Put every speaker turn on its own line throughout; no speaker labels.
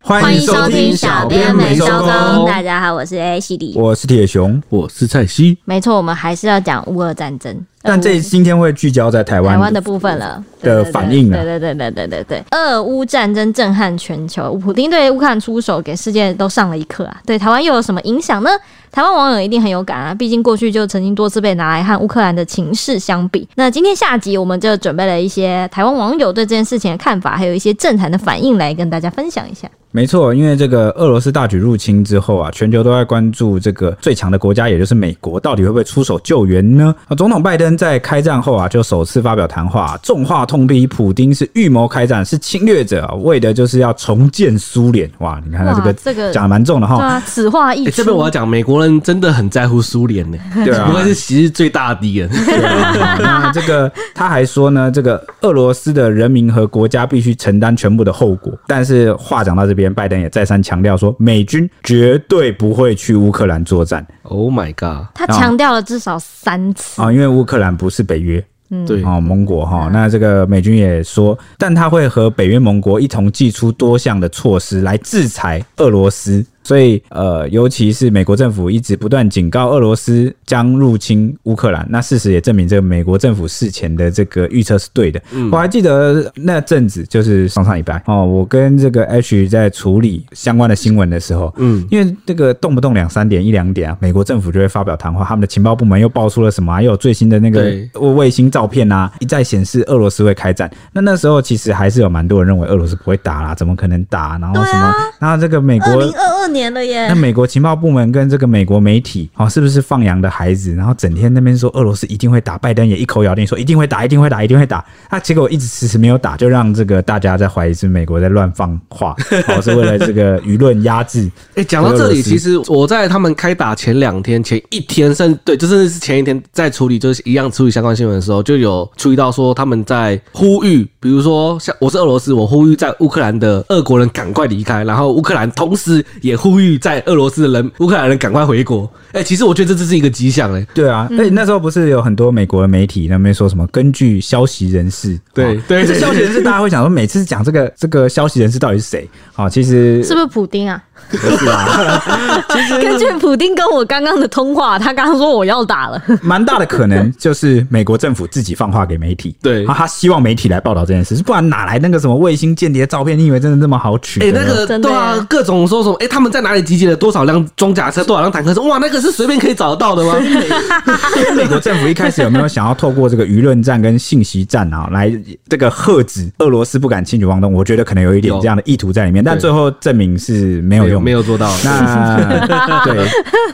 欢迎收听
小
小编没收工
大家好，我是 A 西里。
我是铁熊，
我是蔡西，
没错，我们还是要讲乌俄战争，
但这今天会聚焦在台
呃
湾
台湾的部分了
的
对对对
反应啊
对对对对对对对，俄乌战争震撼全球，普丁对乌克兰出手，给世界都上了一课啊。对台湾又有什么影响呢？台湾网友一定很有感啊，毕竟过去就曾经多次被拿来和乌克兰的情势相比。那今天下集我们就准备了一些台湾网友对这件事情的看法，还有一些政坛的反应来跟大家分享一下。
没错，因为这个俄罗斯大举入侵之后啊，全球都在关注这个最强的国家，也就是美国，到底会不会出手救援呢？啊，总统拜登在开战后啊，就首次发表谈话，重话痛批普丁是预谋开战，是侵略者啊，为的就是要重建苏联。哇，你看啊他这
哇这个
个讲的蛮重的
对
哈，
啊，此话一
欸、
出，
这边我要讲，美国人真的很在乎苏联呢，
对啊
不愧是其实最大的敌 人。
那这个他还说呢，这个俄罗斯的人民和国家必须承担全部的后果。但是话讲到这边，拜登也再三强调说，美军绝对不会去乌克兰作战
oh my god！
他强调了至少三次。
啊、因为乌克兰不是北约。
对，
哦，盟国哈、那这个美军也说，但他会和北约盟国一同祭出多项的措施来制裁俄罗斯。所以，呃，尤其是美国政府一直不断警告俄罗斯将入侵乌克兰，那事实也证明这个美国政府事前的这个预测是对的。
嗯
我还记得那阵子，就是上上礼拜哦，我跟这个 H 在处理相关的新闻的时候，嗯，因为这个动不动两三点一两点啊，美国政府就会发表谈话，他们的情报部门又爆出了什么、啊，又有最新的那个
对
呃卫星照片啊，一再显示俄罗斯会开战。那那时候其实还是有蛮多人认为俄罗斯不会打啦，怎么可能打？然后什么？然后这个美
啊二
国
零。二二年了耶
那！美国情报部门跟这个美国媒体，哦，是不是放羊的孩子？然后整天那边说俄罗斯一定会打，拜登也一口咬定说一定会打，一定会打，一定会打。那、结果一直迟迟没有打，就让这个大家在怀疑是美国在乱放话，哦，是为了这个舆论压制。
哎、讲到这
俄罗
里，
斯
其实我在他们开打前两天、前一天，甚至对，就甚至是前一天在处理，就是一样处理相关新闻的时候，就有注意到说他们在呼吁，比如说像我是俄罗斯，我呼吁在乌克兰的俄国人赶快离开，然后乌克兰同时也呼吁在俄罗斯的人、乌克兰人赶快回国。哎、其实我觉得这只是一个迹象、哎，
对啊，而且那时候不是有很多美国的媒体那边说什么？根据消息人士，
对
哦
对
可是消息人士大家会想说，每次讲这个这个消息人士到底是谁？好，其实
是不是普丁啊？
不是啊，
根据普丁跟我刚刚的通话，他刚刚说我要打了，
蛮大的可能就是美国政府自己放话给媒体，
对
啊他希望媒体来报道这件事，不然哪来那个什么卫星间谍照片？你以为真的这么好取？
哎、那个
真的
对啊
耶，
各种说什么？哎、他们在哪里集结了多少辆装甲车、多少辆坦克车？哇，那个是随便可以找得到的吗？
美国政府一开始有没有想要透过这个舆论战跟信息战啊，来这个喝止俄罗斯不敢轻举妄动？我觉得可能有一点
有
这样的意图在里面，但
对
最后证明是没有用的，
没有做到。
那对，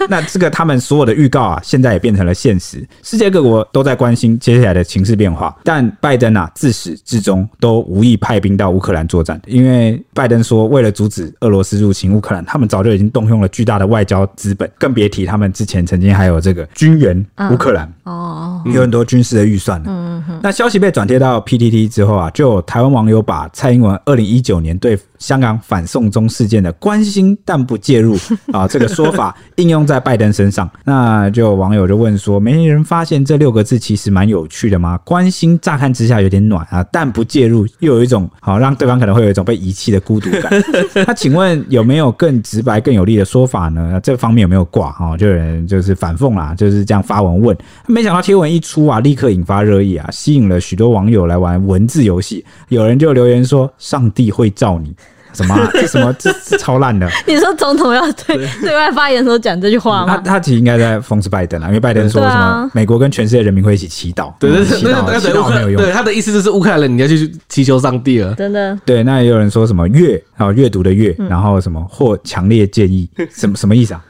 那这个他们所有的预告啊，现在也变成了现实。世界各国都在关心接下来的情势变化，但拜登啊，自始至终都无意派兵到乌克兰作战，因为拜登说，为了阻止俄罗斯入侵乌克兰，他们早就已经动用了巨大的外交资本，更别提他们之前曾经还有这个军援乌克兰。
哦，
有很多军事的预算了。啊那消息被转贴到 PTT 之后啊，就有台湾网友把蔡英文二零一九年对香港反送中事件的关心但不介入啊这个说法应用在拜登身上。那就有网友就问说，没人发现这六个字其实蛮有趣的吗？关心乍看之下有点暖啊，但不介入又有一种好、让对方可能会有一种被遗弃的孤独感。 那请问有没有更直白、更有力的说法呢？这方面有没有挂哦？就有人就是反讽啦，就是这样发文问。没想到贴文一出啊，立刻引发热议啊，吸引了许多网友来玩文字游戏。有人就留言说：“上帝会照你。”什 么、啊？这什么？这这超烂的！
你说总统要对对外发言的时候讲这句
啊
话
他
吗？
他其实应该在讽刺拜登啊，因为拜登说
对
什
啊
么美国跟全世界人民会一起祈祷，
对对
嗯
对，
祈
那
祷
个
祈
对乌
祷
克
没有
兰，
用
对。他的意思就是乌克兰人，你要去祈求上帝 了。
真的，
对，那也有人说什么阅哦，阅读的阅，
嗯
然后什么或强烈建 议，什么什么意思啊？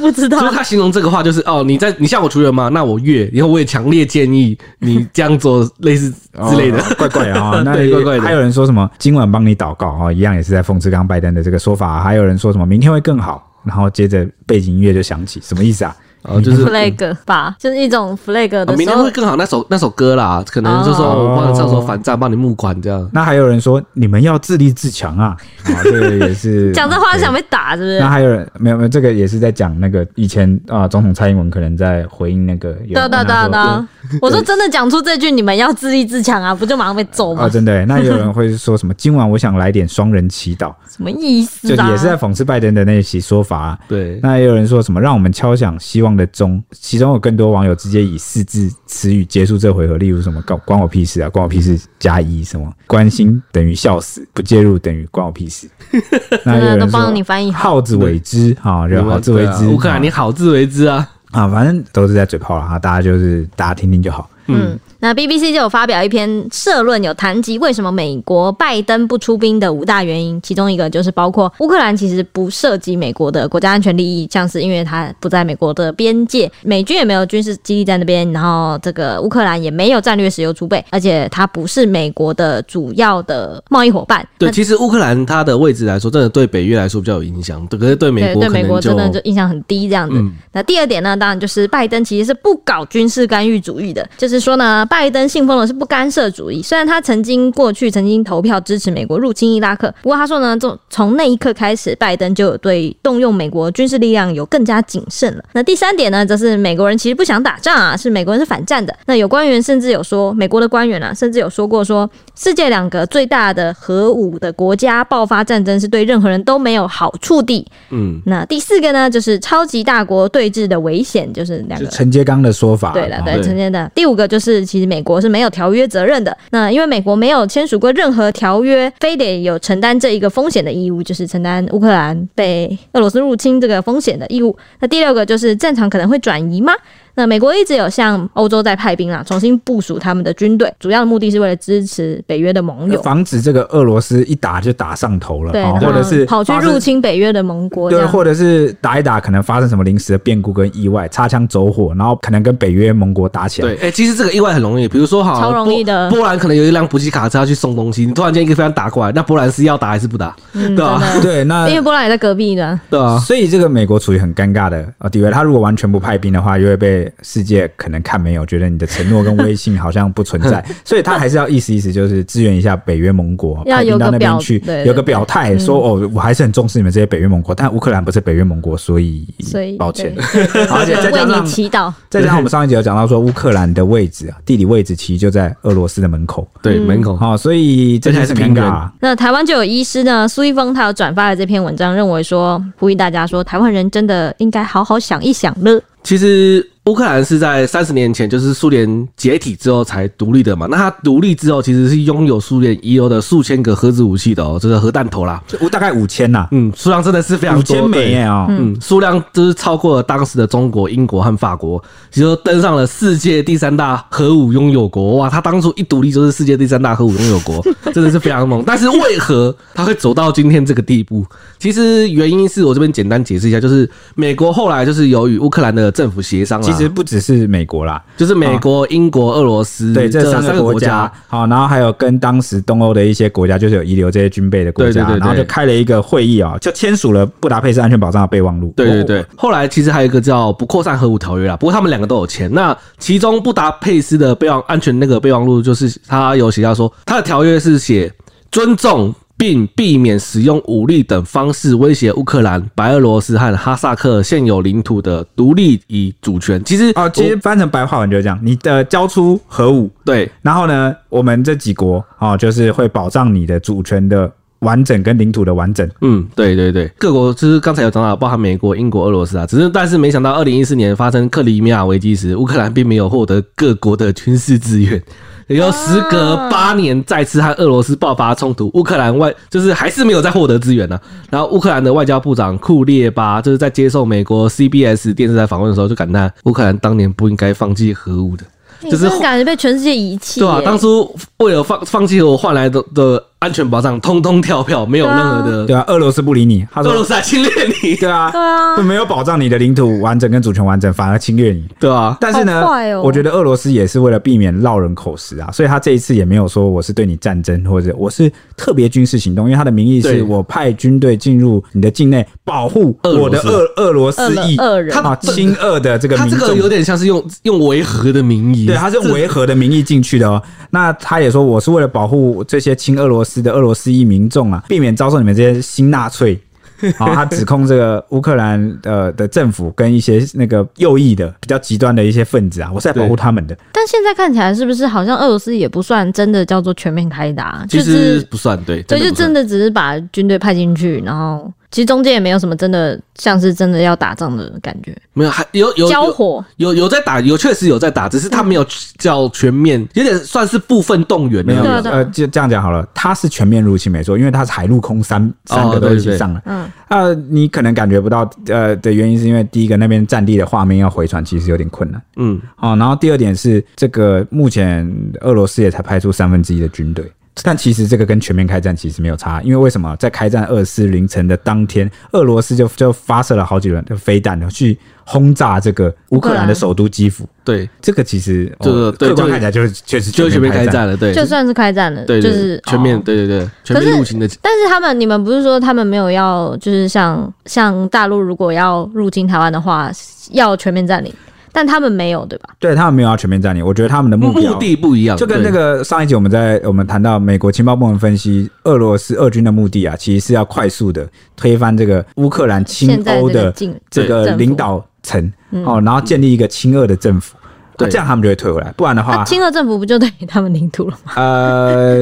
不知道
所以他形容这个话就是哦，你在你向我求援吗？那我越， 以后我也强烈建议你这样做，类似之类的。
哦怪怪的 啊、那
对怪怪的
还有人说什么今晚帮你祷告啊、哦，一样也是在讽刺刚嗯 刚拜登的这个说法、还有人说什么明天会更好，然后接着背景音乐就响起，什么意思啊？
然后哦就是。
flag 吧，就是一种 flag
啊
的
明
时
天
候
会，更好，那首那首歌啦，可能就说
哦
我帮你唱首反战，帮你募款这样。
那还有人说你们要自立自强啊，啊，这个也是
讲这话想
对
被打是不是
那？还有人没有没有，这个也是在讲那个以前啊、总统蔡英文可能在回应那个有
对啊对啊对啊
问
对
他说
啊！我说真的讲出这句，你们要自立自强啊，不就马上被揍
啊、
吗？
真的耶。那有人会说什么？今晚我想来点双人祈 祷，
什么意
就
思啊？
也是在讽刺拜登的那一些说法、啊。
对，
那也有人说什么让我们敲响希望的钟，其中有更多网友直接以四字词语结束这回合，例如什么“关关我屁事啊”，“关我屁事”加一什么“关心等于笑死”，不介入等于关我屁事。那也有
真的
人
都帮你
说
翻译好。
耗子为之啊，就好自为
对啊
之。
乌克兰你好自为之啊。
啊，反正都是在嘴炮了哈，大家就是大家听听就好。
嗯，那 BBC 就有发表一篇社论，有谈及为什么美国拜登不出兵的五大原因，其中一个就是包括乌克兰其实不涉及美国的国家安全利益，像是因为它不在美国的边界，美军也没有军事基地在那边，然后这个乌克兰也没有战略石油储备，而且它不是美国的主要的贸易伙伴。
对，其实乌克兰它的位置来说，真的对北约来说比较有影响，对，可是对美
对
国
对
可
美
能
国
就
真
嗯
的就印象很低这样子。那第二点呢，当然就是拜登其实是不搞军事干预主义的，就是说呢，拜登信奉的是不干涉主义。虽然他曾经过去曾经投票支持美国入侵伊拉克，不过他说呢，从从那一刻开始，拜登就有对动用美国军事力量有更加谨慎了。那第三点呢，则是美国人其实不想打仗啊，是美国人是反战的。那有官员甚至有说，美国的官员啊，甚至有说过说，世界两个最大的核武的国家爆发战争是对任何人都没有好处的。
嗯，
那第四个呢，就是超级大国对峙的危险，就是两
就
个。
陈杰刚的说法，
对了，
啊
对
对
陈建的。第五个就是，其实美国是没有条约责任的。那因为美国没有签署过任何条约，非得有承担这一个风险的义务，就是承担乌克兰被俄罗斯入侵这个风险的义务。那第六个就是战场可能会转移吗？那美国一直有向欧洲在派兵啊，重新部署他们的军队，主要的目的是为了支持北约的盟友，
防止这个俄罗斯一打就打上头了，
对，
啊
然
或者是
后跑去
发生
入侵北约的盟国，这
对，
样。
或者是打一打，可能发生什么临时的变故跟意外，擦枪走火，然后可能跟北约盟国打起来。
对，哎、其实这个意外很容易，比如说好，
超容易的
波波兰可能有一辆补给卡车要去送东西，你突然间一个飞弹打过来，那波兰是要打还是不打？
嗯，真
对啊
的，
对，那
因为波兰也在隔壁的啊。
对啊，
所以这个美国处于很尴尬的呃地位，他如果完全不派兵的话，又会被世界可能看没有，觉得你的承诺跟威信好像不存在，所以他还是要意思意思，就是支援一下北约盟国，
要
派
有
兵到
个
那边
表
去
对，嗯
有个表态说哦，我还是很重视你们这些北约盟国，但乌克兰不是北约盟国，所以
所以
抱歉
对。
而且再
为
加
你
上
祈祷。
再加上我们上一集有讲到说乌克兰的位置啊，地理位置其实就在俄罗斯的门口，
对，门口
好、所以这
哦而且
就
还
是
是
尴
平
尬
原
啊。
那台湾就有医师呢，苏一峰他有转发了这篇文章，认为说呼吁大家说，台湾人真的应该好好想一想了。
其实乌克兰是在三十年前，就是苏联解体之后才独立的嘛。那它独立之后，其实是拥有苏联遗留的数千个核子武器的哦，这个核弹头啦。
就大概五千呐、
嗯，数量真的是非常
五
多，
千美
对
耶哦，
嗯，数量就是超过了当时的中国、英国和法国，其实登上了世界第三大核武拥有国。哇，他当初一独立就是世界第三大核武拥有 国，真的是非常猛。但是为何他会走到今天这个地步？其实原因是我这边简单解释一下，就是美国后来就是由于乌克兰的政府协商啦，啊
其实不只是美国啦，
就是美国、英国、俄罗斯
对这
嗯三
三个
个
国
家
家，，好，然后还有跟当时东欧的一些国家，就是有遗留这些军备的国家，
对对对对
然后就开了一个会议啊、就签署了布达佩斯安全保障的备忘录。
对对对，后来其实还有一个叫《不扩散核武条约》啦，不过他们两个都有签。那其中布达佩斯的备忘安全那个备忘录，就是他有写到说，他的条约是写尊重并避免使用武力等方式威胁乌克兰、白俄罗斯和哈萨克现有领土的独立与主权。其实
哦，哦，其实
我
翻成白话文就是这样，你的交出核武，
对
然后呢，我们这几国啊、哦，就是会保障你的主权的完整跟领土的完整。
嗯，对对对，各国就是刚才有讲到，包含美国、英国、俄罗斯啊，只是但是没想到，二零一四年发生克里米亚危机时，乌克兰并没有获得各国的军事支援。也就时隔八年再次和俄罗斯爆发冲突，乌克兰外就是还是没有再获得支援呢、然后乌克兰的外交部长库列巴就是在接受美国 CBS 电视台访问的时候就感叹，乌克兰当年不应该放弃核武的，
你
就是啊
真的感觉被全世界遗弃耶、
对啊，当初为了放放弃核武换来的的安全保障通通跳票，没有任何的
对啊，俄罗斯不理你，他
俄罗
说
斯来侵略你，
对啊
对，啊
就，没有保障你的领土完整跟主权完整，反而侵略你。
对啊，
但是呢，
好坏哦
我觉得俄罗斯也是为了避免落人口实啊，所以他这一次也没有说我是对你战争，或者我是特别军事行动，因为他的名义
对
是我派军队进入你的境内，保护我的
俄罗
俄俄罗斯裔
俄俄人
啊亲俄的这个
他
民
这个
众。
有点像是用用维和的名义，
对，他是用维和的名义进去的哦。那他也说，我是为了保护这些亲俄罗斯的俄罗斯裔民众啊，避免遭受你们这些新纳粹。好、 他指控这个乌克兰呃的政府跟一些那个右翼的比较极端的一些分子啊，我是在保护他们的。
但现在看起来是不是好像俄罗斯也不算真的叫做全面开打，
其
就
实
是
不算对，
对，就
不算
真的只是把军队派进去，然后其实中间也没有什么真的像是真的要打仗的感觉，
没有，还有有
交
有
火嗯
有有在打，有确实有在打，只是他没有叫全面，有点算是部分动员
没有，
对啊对啊
呃，就这样讲好了。他是全面入侵没错，因为他是海陆空三三个都一起上了。
嗯，
呃，你可能感觉不到，呃的原因是因为第一个那边战地的画面要回传其实有点困难
嗯，
哦，然后第二点是这个目前俄罗斯也才派出三分之一的军队，但其实这个跟全面开战其实没有差，因为为什么在开战二四凌晨的当天，俄罗斯就就发射了好几轮的飞弹去轰炸这个乌克兰的首都基辅。
对，
这个其实，
这个
哦
对
客观
就
看起来就是确实
就是全面
面
开
战
战，了，对，
就算是开战了，
对，
就
对
是
全面，
哦
对对对，全
可是
面入侵的，
但是他们，你们不是说他们没有要，就是像像大陆如果要入侵台湾的话，要全面占领，但他们没有，对吧？
对他们没有要全面占领，我觉得他们的目
目
标
的啊不一样，
就跟那
对
个上一集我们在我们谈到美国情报部门分析俄罗斯俄军的目的啊，其实是要快速的推翻这个乌克兰亲
现在
欧
这
的
个境
这个
政府嗯
领导层哦，然后建立一个亲俄的政府。那、
对
这样他们就会退回来，不然的话
那，亲俄政府不就等于他们领土了吗？
呃，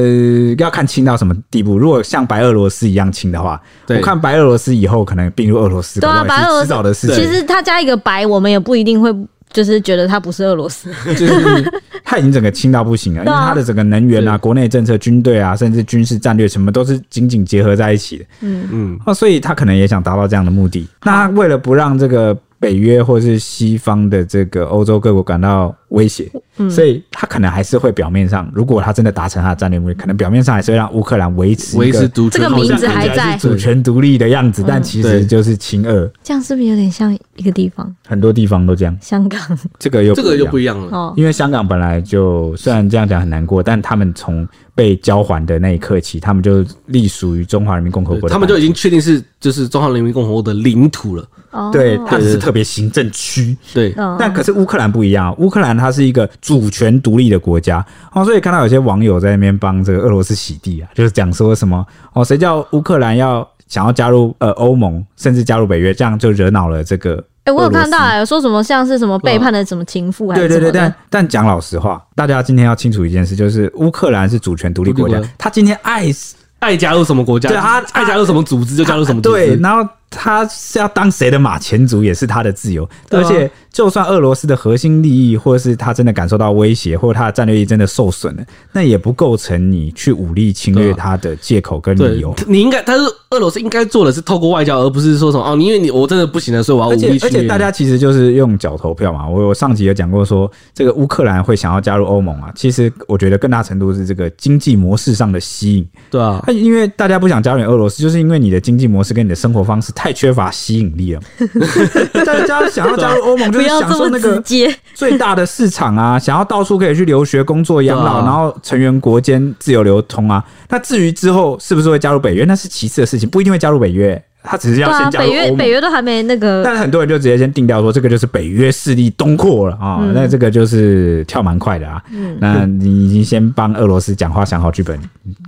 要看亲到什么地步。如果像白俄罗斯一样亲的话，我
对
看白俄罗斯以后可能并入俄罗斯，
对
搞
啊
不好也
白俄
是迟
罗斯
早的事
其
情。
实他加一个白，我们也不一定会就是觉得他不是俄罗斯。
就是他已经整个清到不行了，因
对
为
啊
他的整个能源啊、
是
国内政策、军队啊，甚至军事战略什么都是紧紧结合在一起的。
嗯，
那哦所以他可能也想达到这样的目的。那他为了不让这个北约或是西方的这个欧洲各国感到威胁，
嗯
所以他可能还是会表面上，如果他真的达成他的战略目的，可能表面上还是会让乌克兰维持一个
维持独
这个
存好
名
像
字
感觉
还
是
在嗯
主权独立的样子，但其实
对
就是亲俄。
这样是不是有点像一个地方？
很多地方都这样，
香港
这个又
这个
又
就不一样了，
哦，
因为香港本来就虽然这样讲很难过，但他们从被交还的那一刻起，他们就隶属于中华人民共和国
对
的版图。
他们就已经确定是就是中华人民共和国的领土了，
哦
对，他们
对
是
对
特别行政区。
对，
嗯
但可是乌克兰不一样，乌克兰它是一个主权独立的国家哦，所以看到有些网友在那边帮这个俄罗斯洗地啊，就是讲说什么哦，谁叫乌克兰要想要加入呃欧盟，甚至加入北约，这样就惹恼了这个
哎、我有看到、
俄罗斯
哎，有说什么像是什么背叛的什么情妇还
对
是什
对对，
么的，
但但讲老实话，大家今天要清楚一件事，就是乌克兰是主权独立国
独
家
立国家，
他今天爱死
爱加入什么国家，
对他啊
爱加入什么组织就加入什么组织，
对，然后他是要当谁的马前卒也是他的自由，
对啊
而且就算俄罗斯的核心利益，或者是他真的感受到威胁，或者他的战略意义真的受损了，那也不构成你去武力侵略他的借口跟理
对
由。，
你应该，但是俄罗斯应该做的是透过外交，而不是说什么哦，你因为你我真的不行了，所以我要武
而且
力
而
去虐
且
你。
大家其实就是用脚投票嘛。我我上集有讲过说，这个乌克兰会想要加入欧盟啊，其实我觉得更大程度是这个经济模式上的吸引。
对啊，
那因为大家不想加入俄罗斯，就是因为你的经济模式跟你的生活方式太缺乏吸引力了。 大家想要加入欧盟，就
不
是
要
享受
这
那
么直
个
接。
最大的市场 啊，想要到处可以去留学、工作、养老，
对啊
然后成员国间自由流通啊。那至于之后是不是会加入北约，那是其次的事情，不一定会加入北约。他只是要
对啊，
先加入
北约
欧
北
盟。
约都还没那个，
但是很多人就直接先定掉说，这个就是北约势力东扩了啊、
嗯
那这个就是跳蛮快的啊。那你已经先帮俄罗斯讲话想好剧本，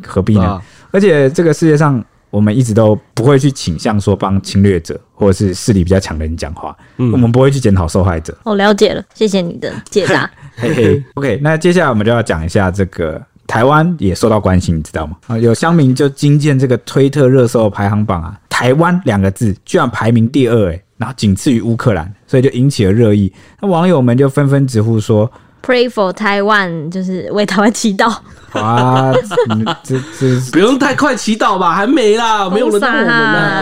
何必
对
呢？
啊，
而且这个世界上，我们一直都不会去倾向说帮侵略者或者是势力比较强的人讲话，我们不会去检讨受害者。
我、哦了解了，谢谢你的解答。
嘿嘿 ，OK，那接下来我们就要讲一下这个。台湾也受到关心，你知道吗？啊，有乡民就惊见这个推特热搜排行榜啊，“台湾”两个字居然排名第二、欸，然后仅次于乌克兰，所以就引起了热议。那网友们就纷纷直呼说
Pray for Taiwan，就是为台湾祈祷。：“
啊，嗯这这
不用太快祈祷吧，还没啦，没有人动我们啦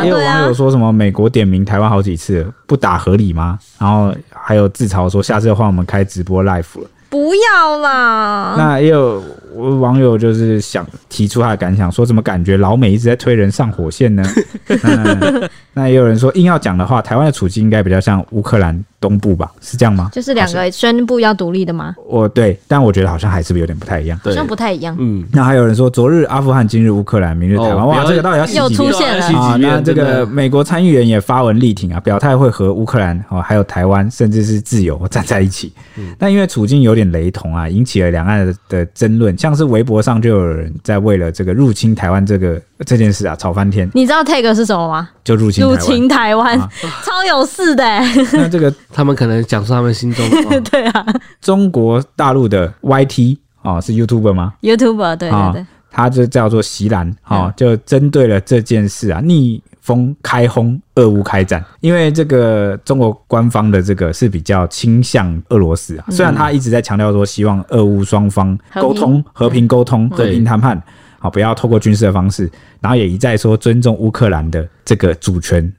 啊。
也有
对啊
网友说什么美国点名台湾好几次了，不打合理吗？然后还有自嘲说下次的话我们开直播 live 了。
不要啦！
那也有我网友就是想提出他的感想，说怎么感觉老美一直在推人上火线 呢？那那也有人说，硬要讲的话，台湾的处境应该比较像乌克兰东部吧？是这样吗？
就是两个宣布要独立的吗？
我对，但我觉得好像还是有点不太一样。
好
对，
像不太一样。
嗯，
那还有人说，昨日阿富汗，今日乌克兰，明日台湾，
哦
哇，
不要
这个到底要洗
又
几
出
遍
现了
又要洗
啊
几？遍
那这
真
个
的
美国参议员也发文力挺啊，表态会和乌克兰哦，还有台湾，甚至是自由站在一起。嗯那因为处境有点雷同啊，引起了两岸的的争论，像是微博上就有人在为了这个入侵台湾这个这件事啊吵翻天，
你知道 tag 是什么吗？
就入侵台
入
湾。
侵台湾，
啊
超有事的、欸。
那这个
他们可能讲出他们心 中的哦话
对啊
中国大陆的 YT 哦，是 YouTuber 吗？
，YouTuber，对
啊
对对，
他就叫做席兰，哦，就针对了这件事啊，逆风开轰，俄乌开战，因为这个中国官方的这个是比较倾向俄罗斯啊，虽然他一直在强调说希望俄乌双方沟通、和平沟通、和
对
平谈判，好、不要透过军事的方式，然后也一再说尊重乌克兰的这个主权。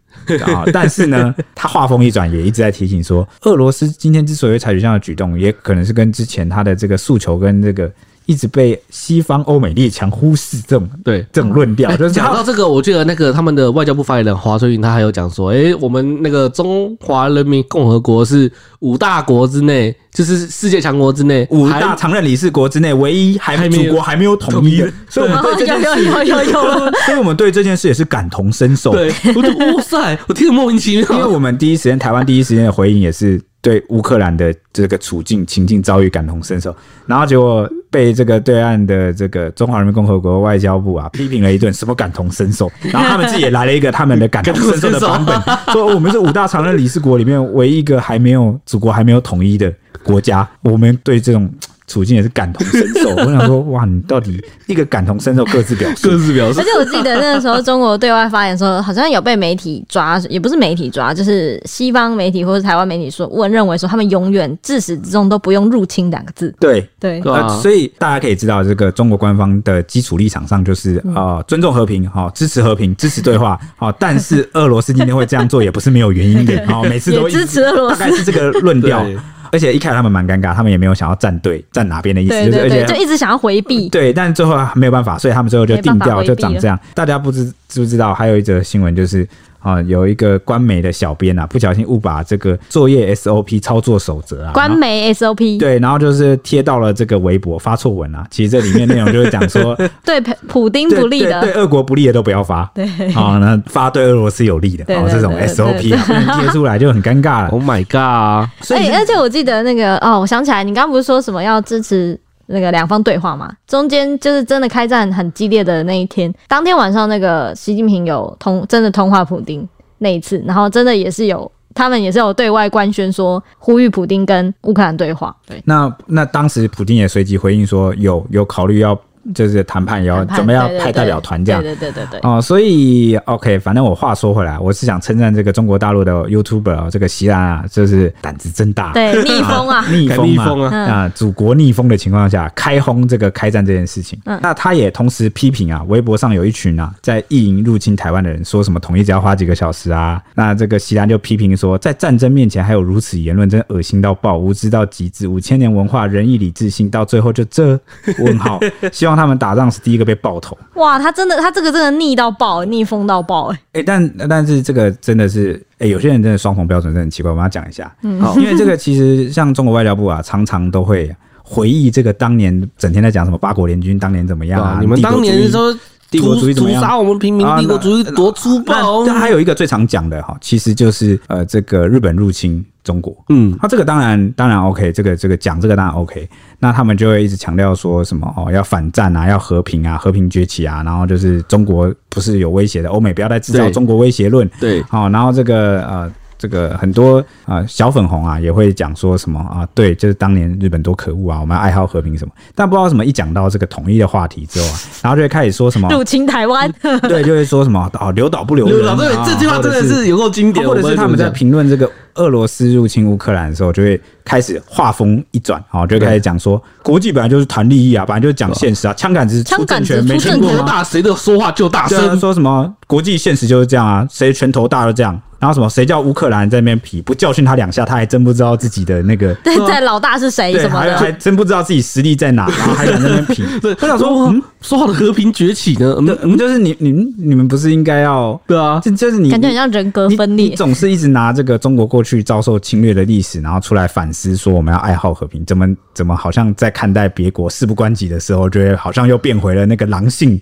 啊、但是呢，他话锋一转，也一直在提醒说，俄罗斯今天之所以会采取这样的举动，也可能是跟之前他的这个诉求跟这个一直被西方欧美列强忽视这种
对。
这种论 调，就是
讲到
他
这个，我记得那个他们的外交部发言人华春莹，他还有讲说，诶、我们那个中华人民共和国是五大国之内，就是世界强国之内
五
还
大常任理事国之内唯一还
还没
祖
有
国还没有统一的
统，
所以我们对这件
有
事，
有有有有
所以我们对这件事也是感同身受。
对，我就哇塞，我听得莫名 其
因为
妙。
我们第一时间，台湾第一时间的回应也是对乌克兰的这个处境、情境遭遇感同身受，然后结果被这个对岸的这个中华人民共和国外交部啊批评了一顿，什么感同身受，然后他们自己也来了一个他们的感同身受的版本，说我们是五大常任理事国里面唯一一个还没有祖国还没有统一的国家，我们对这种。处境也是感同身受，我想说，哇，你到底一个感同身受各自表述，
自表
而且我记得那个时候中国对外发言的时候，好像有被媒体抓，也不是媒体抓，就是西方媒体或者台湾媒体说，问认为说他们永远自始至终都不用“入侵”两个字。
对，
对，
对啊
呃，所以大家可以知道，这个中国官方的基础立场上就是
嗯
呃，尊重和平，好、支持和平，支持对 话，好、但是俄罗斯今天会这样做也不是没有原因的，好、每次都
也
一直
支持俄罗
大
斯
概。是这个论调
对。
而且一开始他们蛮尴尬，他们也没有想要站队站哪边的意思，
对
就是
对
而
对，
且
就一直想要回避。
对，但最后没有办法，所以他们最后就定
没办法
调，
回避
就长这样。大家不知知不知道？还有一则新闻就是啊、有一个官媒的小编啊，不小心误把这个作业 SOP 操作守则啊，
官媒 SOP
对，然后就是贴到了这个微博，发错文啊。 其实这里面内容就是讲 说，
对普普丁
对
不利
对对
的，
俄国不利的都不要发，
对
啊、那发对俄罗斯有利的，
对
哦，
对
这种
对对
SOP 啊，不然 贴出来就很尴尬了。
Oh my god！
所以
哎、而且我记得那个哦，我想起来，你刚刚不是说什么要支持那个两方对话嘛？中间就是真的开战很激烈的那一天，当天晚上那个习近平有通真的通话普丁那一次，然后真的也是有他们也是有对外官宣说呼吁普丁跟乌克兰对话，对，
那那当时普京也随即回应说，有有考虑要就是谈判，也要
谈判
准备要
对对
派代表团这样。
对对对对对。
哦，所以 OK，反正我话说回来，我是想称赞这个中国大陆的 YouTuber 哦，这个席兰啊，就是胆子真大，！
对，逆风啊
逆风
逆风啊
啊，啊，祖国逆风的情况下，开轰这个开战这件事情，
嗯
那他也同时批评啊，微博上有一群啊在意淫入侵台湾的人，说什么统一只要花几个小时啊，那这个席兰就批评说，在战争面前还有如此言论，真恶心到爆，无知到极致，五千年文化仁义礼智信，到最后就这问 号，希望他们打仗是第一个被爆头。
哇，他真的，他这个真的逆到爆，逆风到爆、哎，
哎、但但是这个真的是，哎、有些人真的双重标准真的很奇怪，我们要讲一下。好，因为这个其实像中国外交部啊，常常都会回忆这个当年整天在讲什么八国联军当年怎么样
对
啊，
啊你们
帝国
当
主
年
义
说
帝国主义
屠
怎么
屠
样
杀我们平民
啊，
帝国
那
主义多粗暴哦
那那还有一个最常讲的哈，其实就是呃，这个日本入侵中国。
嗯，
那、这个当然当然 OK，这个这个讲这个当然 OK。那他们就会一直强调说什么哦，要反战啊，要和平啊，和平崛起啊，然后就是中国不是有威胁的，欧美不要再制造
对
中国威胁论。
对，
好、然后这个呃，这个很多呃小粉红啊也会讲说什么啊，对，就是当年日本多可恶啊，我们爱好和平什么，但不知道为什么一讲到这个统一的话题之后啊，然后就会开始说 什么，
入侵台湾，
对，就会说什么哦，留岛不留人，
刘老对
啊
这句话真的。是有够经典，
或者是或者是他们在
评。
评论这个俄罗斯入侵乌克兰的时候，就会开始话锋一转，哦，就开始讲说，国际本来就是谈利益啊，本来就是讲现实啊，枪杆子出
枪杆
政权，
子出
没听
政
全
过
权
吗
国？大谁的说话就大
对啊，
声，
说什么国际现实就是这样啊，谁拳头大就这样，然后什么谁叫乌克兰在那边皮，不教训他两下，他还真不知道自己的那个。
对， 在老大是谁
对，
什么
还还
的，
真不知道自己实力在哪，然后还敢在那边皮。
对，
我想说，
哇
嗯，
说好的和平崛起呢？嗯嗯，
就是你你你们不是应该要，
对啊，
这就是你
感觉很像人格
你
分
你
裂。
总是一直拿这个中国过去遭受侵略的历史，然后出来反思，说我们要爱好和平，怎么怎么好像在看待别国事不关己的时候，就会好像又变回了那个狼性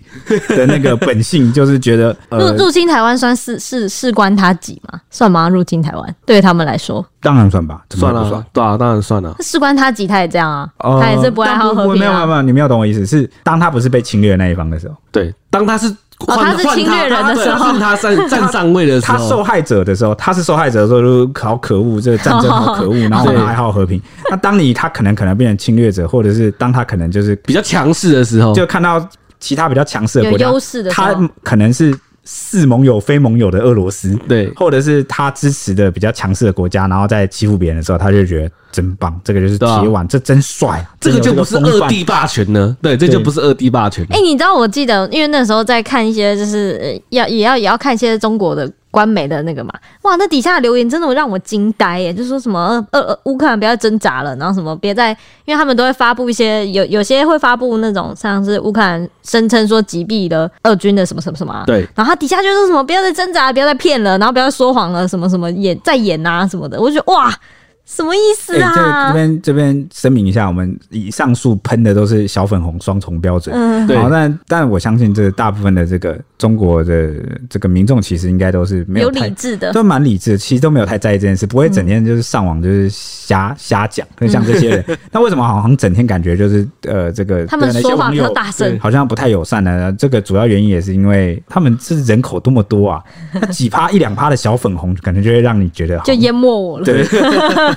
的那个本性，就是觉得
入
呃，
入侵台湾算事事事关他己吗？算吗？入侵台湾对他们来说，
当然算吧，怎么
算
会不
了
算？，
对啊，当然算了。
事关他己，他也这样啊，
哦
他也是不爱好
但
和
没
平
有没有没
啊。
有，你没有懂我意思，是当他不是被侵略的那一方的时候，
对，当他是换
哦他是
换
侵略人的
对
时候
换 他站站上位的时
他受
候，
害者的时候，他是受害者的时候，就是好可恶，这个战争好 可恶，然后我们爱好和平。那当你他可能可能变成侵略者，或者是当他可能就是
比较强势的时候，
就看到其他比较强势的国家
有优势的时候
他可能是似盟友非盟友的俄罗斯，
对
或者是他支持的比较强势的国家，然后在欺负别人的时候，他就觉得真棒，这个就是
对啊
铁腕，这真帅啊，
这个就
真有
不是
风
二
范
帝霸权呢，对，这就不是二帝霸权了
哎、。你知道我记得，因为那时候在看一些，就是呃要也要也要看一些中国的官媒的那个嘛，哇，那底下的留言真的让我惊呆耶！就说什么呃呃乌克兰不要挣扎了，然后什么别再，因为他们都会发布一些有有些会发布那种像是乌克兰声称说击毙了俄军的什么什么什么、啊，
对，
然后他底下就说什么不要再挣扎，不要再骗了，然后不要再说谎了，什么什么演再演啊什么的，我就觉得哇，什么意思
哎这这
啊？
边这边声明一下，我们以上述喷的都是小粉红双重标准。
嗯，
对
好，但但我相信这大部分的这个中国的这个民众其实应该都是没
有
有太
理智的，
都蛮理智的，其实都没有太在意这件事，不会整天就是上网就是瞎瞎讲，像这些人。 那为什么好像整天感觉就是呃这个
他们
对那些
说话
网
比较
友
大声
对好像不太友善呢？这个主要原因也是因为他们是人口多么多啊，那几趴一两趴的小粉红，可能就会让你觉得好
就淹没我了。
对，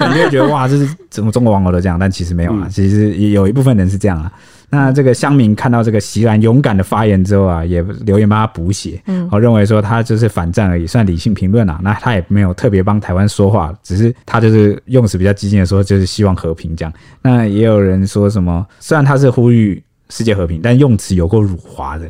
可能就会觉得哇，这是怎么中国网友都这样，但其实没有啊，其实也有一部分人是这样啊。那这个乡民看到这个席兰勇敢的发言之后啊，也留言帮他补血，嗯，我认为说他就是反战而已，算理性评论啊。那他也没有特别帮台湾说话，只是他就是用词比较激进的说，就是希望和平这样。那也有人说什么，虽然他是呼吁世界和平，但用词有够辱华 的，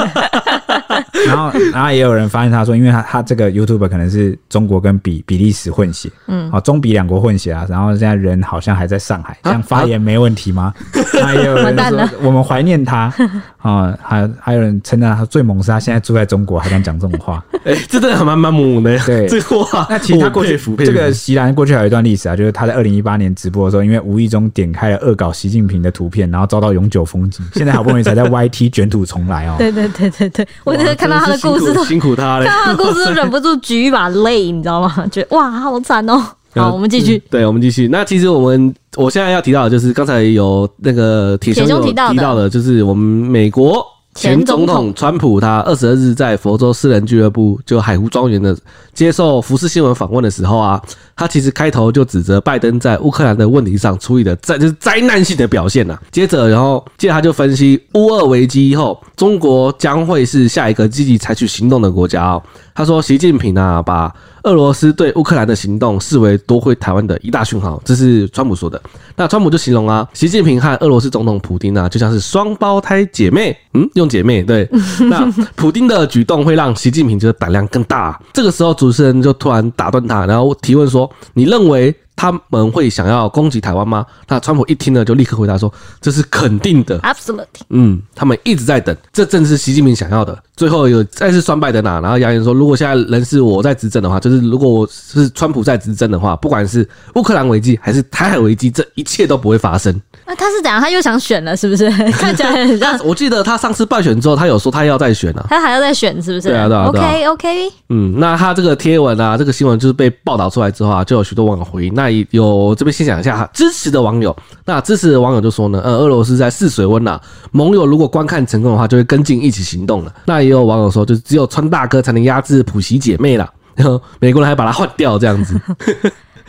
啊然后，然后也有人发现他说，因为他他这个 YouTuber 可能是中国跟比比利时混血，嗯，好，中比两国混血啊。然后现在人好像还在上海，这样发言没问题吗？ 那也有人
啊完蛋
说
了
我们怀念他啊，还还有人称赞他最猛是他现在住在中国还敢讲这种话。
哎，这真的还蛮蛮猛的，
对
这个话，
那其实他过
哦我
去
佩服佩服
这个席兰过去还有一段历史啊，就是他在二零一八年直播的时候，因为无意中点开了恶搞习近平的图片，然后遭到永久封 禁，现在好不容易才在 YT 卷土重来哦。
对对对对对，我真
哇
的 看到他的
真
故
是
事都，
辛苦辛苦他 了
看。到他的故事都忍不住举一把泪，你知道吗？觉得哇，好惨 哦。
呃
好，我们继续。
嗯对，我们继续。那其实我们我现在要提到的就是刚才有那个铁
铁
兄
兄
有
提到的
提到的，就是我们美国
前
前
总
总统
统
川普他二十二日在佛州私人俱乐部就海湖庄园的接受福斯新闻访问的时候啊，他其实开头就指责拜登在乌克兰的问题上处理的灾就是灾难性的表现呐、啊。接着，然后接着他就分析乌俄危机后，中国将会是下一个积极采取行动的国家哦。他说，习近平啊，把俄罗斯对乌克兰的行动视为夺回台湾的一大讯号，这是川普说的。那川普就形容啊，习近平和俄罗斯总统普京啊，就像是双胞胎姐妹， 嗯，用姐妹对。那普京的举动会让习近平觉得胆量更大。这个时候，主持人就突然打断他，然后提问说：“你认为他们会想要攻击台湾吗？”那川普一听呢，就立刻回答说：“这是肯定的。”
Absolutely，
嗯，他们一直在等，这正是习近平想要的。最后有再次酸拜登啊，然后扬言说，如果现在人是我在执政的话，就是如果我是川普在执政的话，不管是乌克兰危机还是台海危机，这一切都不会发生。
那啊他是怎样？他又想选了，是不是？ 看起来很像
呃我记得他上次败选之后，他有说他要再选啊。
他还要再选，是不是？
对啊对啊对啊
OK OK，
嗯，那他这个贴文啊，这个新闻就是被报道出来之后啊，就有许多网友回应。那有这边先讲一下哈，支持的网友，那支持的网友就说呢，呃，俄罗斯在试水温呐、盟友如果观看成功的话，就会跟进一起行动了。那也有网友说，就只有 川大哥才能压制普席姐妹啦。然后美国人还把他换掉，这样子。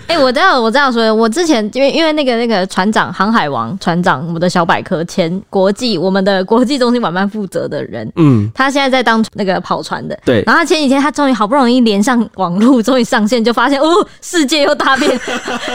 哎、哎、我知道，我知道，所以我之前因为因为那个那个船长航海王船长，我们的小百科前国际我们的国际中心晚班负责的人，
嗯，
他现在在当那个跑船的。
对
然后他前几天他终于好不容易连上网路，终于上线，就发现哦，世界又大变。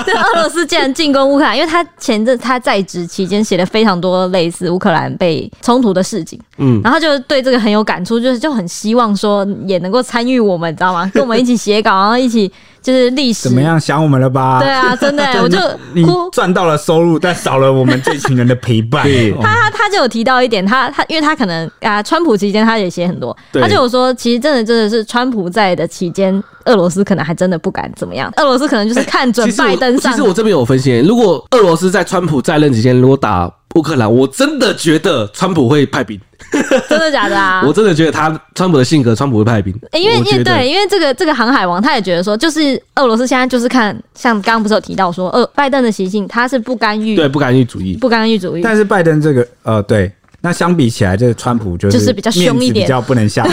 这俄罗斯竟然进攻乌克兰，因为他前阵他在职期间写了非常多类似乌克兰被冲突的事情，
嗯，
然后就对这个很有感触，就是就很希望说也能够参与我们，你知道吗？跟我们一起写稿，然后一起就是历史
怎么？样？想我们了吧？
对 啊，真的、我就
你
哭。
赚到了收入，但少了我们这群人的陪伴。
对
哦
他他就有提到一点，他他因为他可能啊，川普期间他也写很多，
对
他就有说，其实真的真的是川普在的期间，俄罗斯可能还真的不敢怎么样，俄罗斯可能就是看准
哎其实
拜
我
登上，
其实我这边有分析，如果俄罗斯在川普在任期间如果打乌克兰，我真的觉得川普会派兵，
真的假的啊？
我真的觉得他川普的性格，川普会派兵。
欸因为
我
因
觉
为
得
对，因为这个这个航海王他也觉得说，就是俄罗斯现在就是看，像刚刚不是有提到说，呃，拜登的习性他是不干预，
对不干预主义，
不干预主义，
但是拜登这个，呃，对，那相比起来，这个川普就是
就是比较凶一点
面子比较不能下来，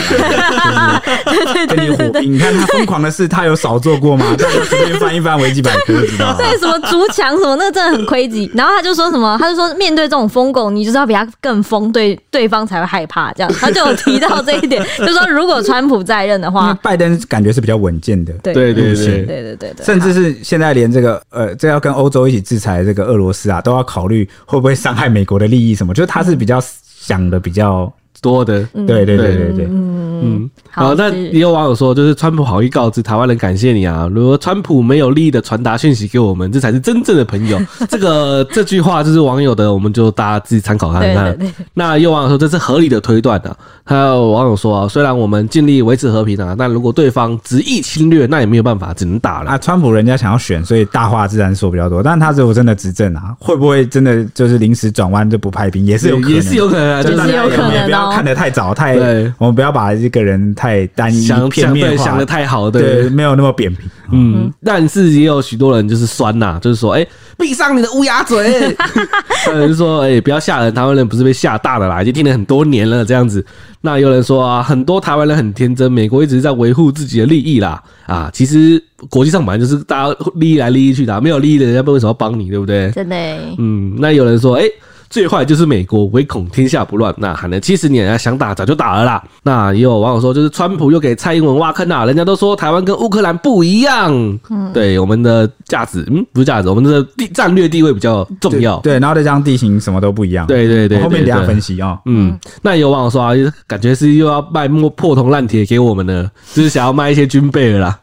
就是 跟你火拼。你看他疯狂的事，他有少做过吗？大家随便翻一翻维基百科，知 道吗？
对什么竹墙什么，那个真的很 crazy。然后他就说什么，他就说面对这种疯狗，你就是要比他更疯，对对方才会害怕。 这样，他就有提到这一点， 就说如果川普在任的
因为
话，
拜登感觉是比较稳健的，
对
对嗯对
路线
对
对
对对对，
甚至是现在连这个呃，这要跟欧洲一起制裁这个俄罗斯啊，都要考虑会不会伤害美国的利益什么。就是他是比较想的比较，
多的，
对对对对对，
嗯，
好
好，那
是
也有网友说，就是川普好意告知台湾人感谢你啊，如果川普没有利益的传达讯息给我们，这才是真正的朋 友。这个这句话就是网友的，我们就大家自己参考看看。
对对对
那也有网友说这是合理的推断的、啊，还有网友说啊，虽然我们尽力维持和平啊，但如果对方执意侵略，那也没有办法，只能打了。
啊，川普人家想要选，所以大话自然说比较多。但他如果真的执政啊，会不会真的就是临时转弯就不派兵，也是有可能
也是有可能啊，
就
就
大
是
是
家
有可能哦
也不要看得太早，太
对
我们不要把一个人太单一
想
片
想
面
对
化，
想的太好，
对，
对，
没有那么扁平。
嗯，但是也有许多人就是酸呐、就是说，哎、闭上你的乌鸦嘴，还有人说，哎、不要吓人，台湾人不是被吓大的啦，已经听了很多年了这样子。那有人说啊，很多台湾人很天真，美国一直在维护自己的利益啦，啊，其实国际上本来就是大家利益来利益去的啊、没有利益的人家为什么要帮你，对不对？
真的欸
嗯，那有人说，哎、最坏就是美国，唯恐天下不乱。那喊了七十年，啊想打早就打了啦。那也有网友说，就是川普又给蔡英文挖坑啦、啊人家都说台湾跟乌克兰不一样，对我们的价值，嗯，不是价值，我们的地战略地位比较重要。
对，然后再加上地形什么都不一样。
对对对
我后面
对
等一下
对
分析啊。
嗯，那也有网友说啊，感觉是又要卖破破铜烂铁给我们了，就是想要卖一些军备了啦。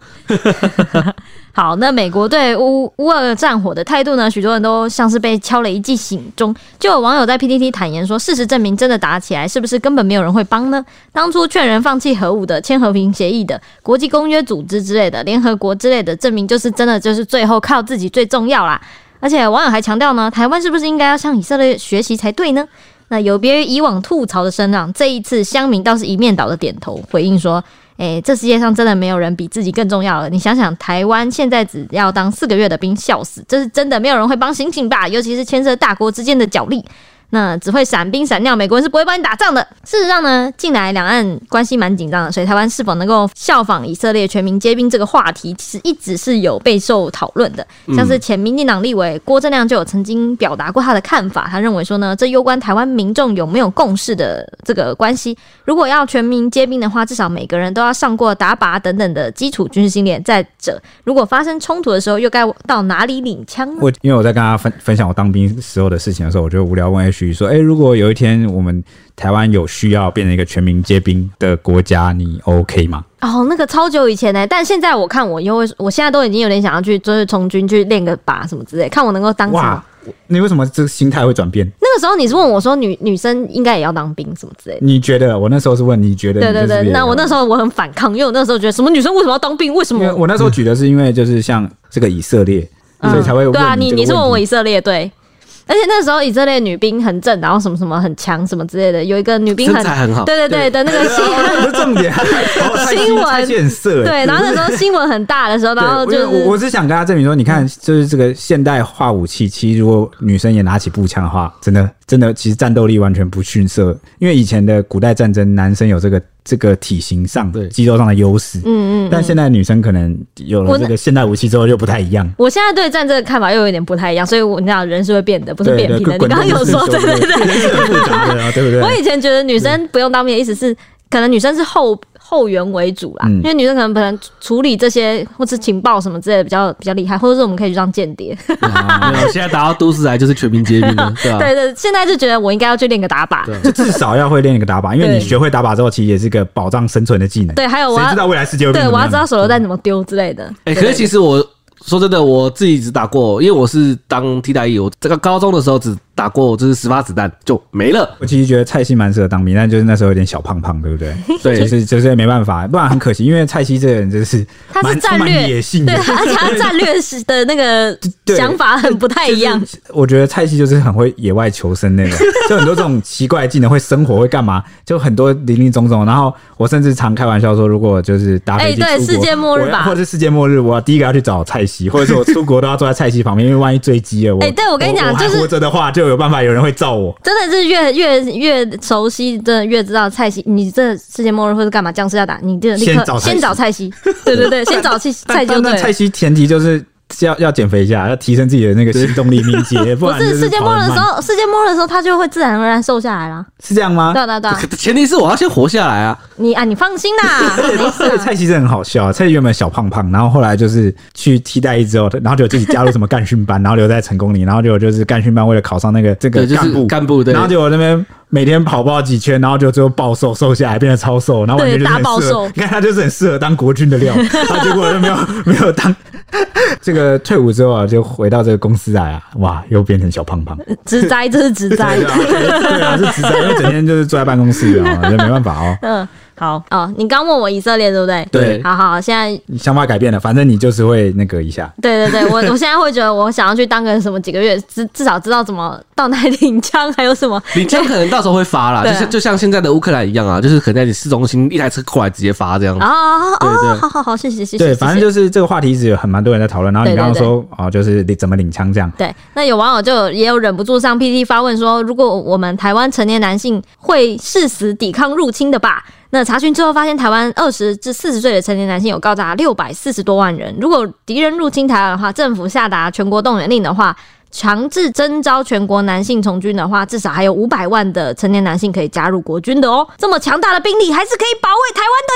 好，那美国对乌乌俄战火的态度呢？许多人都像是被敲了一记醒钟。就有网友在 PTT 坦言说，事实证明，真的打起来，是不是根本没有人会帮呢？当初劝人放弃核武的、签和平协议的、国际公约组织之类的、联合国之类的，证明就是真的就是最后靠自己最重要啦。而且网友还强调呢，台湾是不是应该要向以色列学习才对呢？那有别于以往吐槽的声浪，这一次乡民倒是一面倒的点头回应说：“诶、这世界上真的没有人比自己更重要了。你想想，台湾现在只要当四个月的兵，笑死！这是真的，没有人会帮醒醒吧？尤其是牵涉大国之间的角力。”那只会闪兵闪尿，美国人是不会帮你打仗的。事实上呢，近来两岸关系蛮紧张的，所以台湾是否能够效仿以色列全民皆兵这个话题，其实一直是有备受讨论的。像是前民进党立委郭正亮就有曾经表达过他的看法，他认为说呢，这攸关台湾民众有没有共识的这个关系。如果要全民皆兵的话，至少每个人都要上过打靶等等的基础军事训练。再者，如果发生冲突的时候，又该到哪里领枪呢？
我因为我在跟他分分享我当兵时候的事情的时候，我就无聊问 H 说：“哎、如果有一天我们台湾有需要变成一个全民皆兵的国家，你 OK 吗
哦，那个超久以前呢、但现在我看我又会，我现在都已经有点想要去就是从军去练个靶什么之类，看我能够当？”什么
哇。，你为什么这个心态会转变？
那个时候你是问我说女女生应该也要当兵什么之类的。
你觉得？我那时候是问你觉得你
对
就是
对
别人？
对，那我那时候我很反抗，因为我那时候觉得什么女生为什么要当兵？为什
因
么
为？我那时候举的是因为就是像这个以色列，所以才会问
对啊，你
这个
你是问
问
我
题
以色列对，而且那时候以色列女兵很正，然后什么什么很强什么之类的，有一个女兵
身材很好
对对对的那个新
这是重 点，好太
新闻
太见色了
对，然后那时候新闻很大的时候，然后就
对，我我
是嗯
是想跟他证明说，你看，就是这个现代化武器，其实如果女生也拿起步枪的话，真的真的，其实战斗力完全不逊色。因为以前的古代战争，男生有这个这个体型上
对、
肌肉上的优势。
嗯嗯，
但现在女生可能有了
我
这个现代武器之后就不太一样。
我现在对战这个看法又有点不太一样，所以我你知道人是会变的，不是
对
变
对，
平的。
滚
你刚刚有说，对对对，
对，是更复杂的啊，对不
我
对？
以前觉得女生不用当兵的意思是，可能女生是后后援为主啦，
嗯
因为女生可能可能处理这些或是情报什么之类的比较比较厉害，或者是我们可以去当间谍。
啊
没有， 现在打到都市来就是全民皆兵了，对吧、
对对，现在就觉得我应该要去练个打靶。
对
就至少要会练一个打靶，因为
对
你学会打靶之后，其实也是个保障生存的技能。
对，还有我
谁知道
要
未来世界会变
对
成
我要
怎
知
么样
道手榴弹怎么丢之类的。
哎、可是其实我说真的，我自己只打过，因为我是当替代役，我这个高中的时候只打过就是十发子弹就没了。
我其实觉得蔡西蛮适合当兵，但就是那时候有点小胖胖，对不 对？
对
就是就是没办法，不然很可惜，因为蔡西这个人就是
他是
蛮
战
充满
略
野性的
对，，而且他战略是的那个
对
想法很不太一样。
我觉得蔡西就是很会野外求生那种，就很多这种奇怪的技能，会生活会干嘛，就很多林林总总。然后我甚至常开玩笑说，如果就是搭飞机出国、
哎对世界末日
我
吧
要或者是世界末日，我要第一个要去找蔡西，或者是我出国都要坐在蔡西旁边，因为万一坠机了，我
哎对我跟你讲
我还
就是
活着的话，就有办法有人会照我。
真的是越越越熟悉，真的越知道蔡西，你这世界末日或者干嘛，僵尸要打你，就立
先
刻
找蔡西
先找蔡西，对 对对，先找蔡蔡
但
西就
但
对
但蔡
了。
西前提就是。要要减肥一下，要提升自己的那个行动力、敏捷，不
不
然就是
世界
跑
末
得
日的
慢
时候，世界末日的时候，他就会自然而然瘦下来啦。
是这样吗？
对啊对啊对啊，
可前提是我要先活下来啊！
你啊你放心 啦，没事
对，
啊。
蔡奇是很好笑、啊。蔡奇原本小胖胖，然后后来就是去替代役之后，然后就自己加入什么干训班，然后 留在成功里，然后就就是干训班为了考上那个这个
对，就
干部，
是干部对，
然后就我那边每天跑跑几圈，然后就最后暴瘦，瘦下来变得超瘦，然后完全
对
就是很
大暴
适合
瘦
你看他就是很适合当国军的 料，然后结果就没有没有当 这个退伍之后啊，就回到这个公司来啊，哇，又变成小胖胖。
直栽，这是直栽。
对啊，对啊，是直男，因为整天就是坐在办公 室啊，也没办法哦。
嗯，好哦，你刚问我以色列对不对？
对
好好，现在
你想法改变了，反正你就是会那个一下。
对对对， 我我现在会觉得我想要去当个什么几个月，至至少知道怎么到那里领枪，还有什么
你这样可能到时候会 发啦，
对
就
啊
像就像现在的乌克兰一样啊，就是可能在你市中心一台车过来直接发这样
啊。哦
对对
哦，好好好，谢谢谢谢。谢
对，
谢
反正就是这个话题一直有很蛮多人在讨论。然后你
对对
刚刚说哦，就是你怎么领枪这样，
对，那有网友就也有忍不住上 PT 发问说，如果我们台湾成年男性会誓死抵抗入侵的吧？那查询之后发现，台湾二十至四十岁的成年男性有高达六百四十多万人。如果敌人入侵台湾的话，政府下达全国动员令的话，强制征召全国男性从军的话，至少还有五百万的成年男性可以加入国军的哦。这么强大的兵力，还是可以保卫台湾的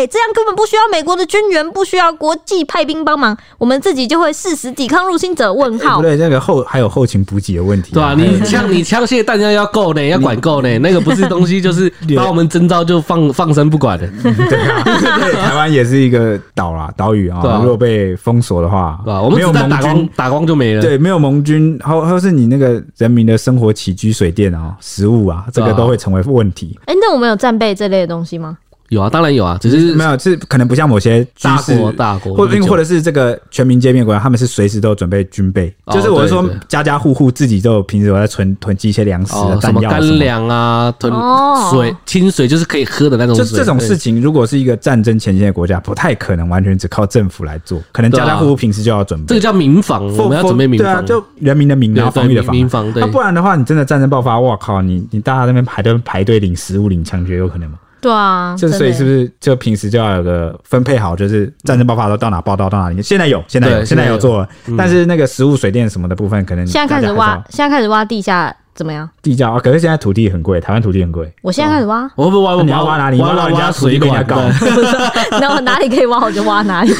耶！这样根本不需要美国的军援，不需要国际派兵帮忙，我们自己就会誓死抵抗入侵者。问
哎
号
不。对，那个后还有后勤补给的问题，
对啊，
还有
你 枪你枪械弹药要够呢，要管够呢，那个不是东西，就是
你
把我们征召就放放生不管的，
对啊，对，台湾也是一个岛啦，岛屿啊
对啊，
如果被封锁的话，
对啊吧？我们
没有
子弹
盟
打光
军。
打光就没了。
对，没有盟军，或或是你那个人民的生活起居、水电啊、食物啊，这个
对啊
都会成为问题。
哎、那我们有战备这类的东西吗？
有啊，当然有啊，只是
没有，是可能不像某些军
大
事
国大国
或
那么久
或者是这个全民皆兵国家，他们是随时都有准备军备，
哦
就是我是说
对对
家家户户自己都有平时有在存囤积一些粮食啊、
哦什
弹
么
药什
干
么。
粮啊，囤
哦
水清水就是可以喝的那种
就
水。
这种事情，如果是一个战争前线的国家，不太可能完全只靠政府来做，可能
对啊
家家户户平时就要准
这
备。
个叫民防，
否
我们要准备民
对啊，
防。
就人民的民，然后
对
防御的防。啊
民防对
那。不然的话，你真的战争爆发，哇靠！你你大家在那边排队排队领食物、领枪决有可能吗？
对啊，
就
真的
所以是不是就平时就要有个分配好，就是战争爆发的时候到哪报道到哪里？现在有，现在有，
对
现在
现在
有
有
做了，但是那个食物、水电什么的部分，可能
嗯现在开
大
始
家还
挖
是要，
现在开始挖地下怎么样？
地窖啊。可是现在土地很贵，台湾土地很贵，
我现在开始挖，
我会不会挖
你要挖啊哪里
挖
你挖到人家
挖
土地
水
被人家
管
搞
对
那我哪里可以挖我就挖哪里。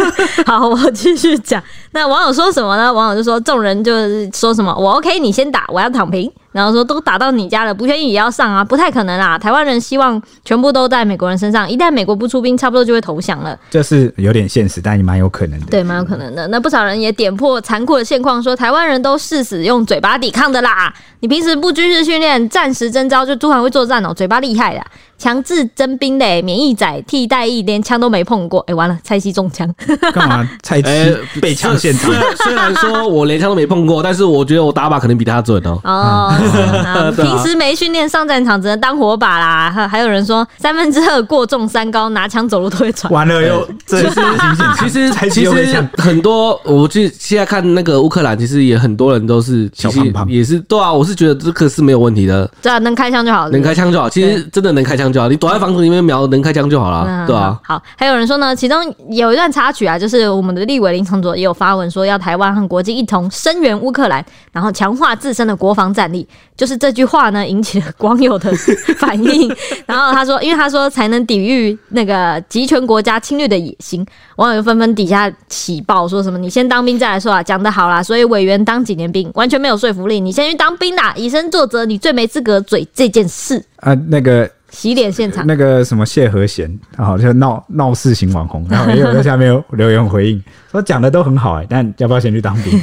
好，我继续讲。那网友说什么呢？网友就说众人就是说什么我 OK，你先打，我要躺平。然后说都打到你家了，不愿意也要上啊，不太可能啦。台湾人希望全部都在美国人身上，一旦美国不出兵，差不多就会投降了。
就是有点现实，但也蛮有可能的。
对，蛮有可能的。那不少人也点破残酷的现况，说台湾人都誓死用嘴巴抵抗的啦。你平时不军事训练，暂时征召就突然会作战哦，嘴巴厉害啦。强制征兵的、免疫仔、替代役连枪都没碰过，哎、完了，蔡西中枪，
干 嘛蔡
哎啊
奇，被抢现场
虽？然虽然说我连枪都没碰过，但是我觉得我打靶可能比他准 哦。
哦，啊
对啊
平时没训练上战场只能当火把啦。还还有人说三分之二过重三高，拿枪走路都会喘。
完了又 这是
哎其实
蔡奇
其
又被
实
抢，
很多，我去现在看那个乌克兰，其实也很多人都是
小胖胖
其实也是对啊，我是觉得这个是没有问题的，
呃
对啊，能开枪就好了。
能开枪就好。其实真的能开枪就好，你躲在房子里面瞄能开枪就好了，
嗯
啊对吧？
好，还有人说呢，其中有一段插曲啊，就是我们的立委林长佐也有发文说，要台湾和国际一同声援乌克兰，然后强化自身的国防战力。就是这句话呢，引起了网友的 反应。然后他说，因为他说才能抵御那个集权国家侵略的野心，网友就纷纷底下起爆，说什么你先当兵再来说啊，讲得好啦，所以委员当几年兵完全没有说服力，你先去当兵啦，以身作则，你最没资格嘴这件事。
啊，那个
洗脸现场，
那个什么谢和弦，然、后就闹闹事型网红，然后也有在下面有留言回应 说讲的都很好哎、但要不要先去当兵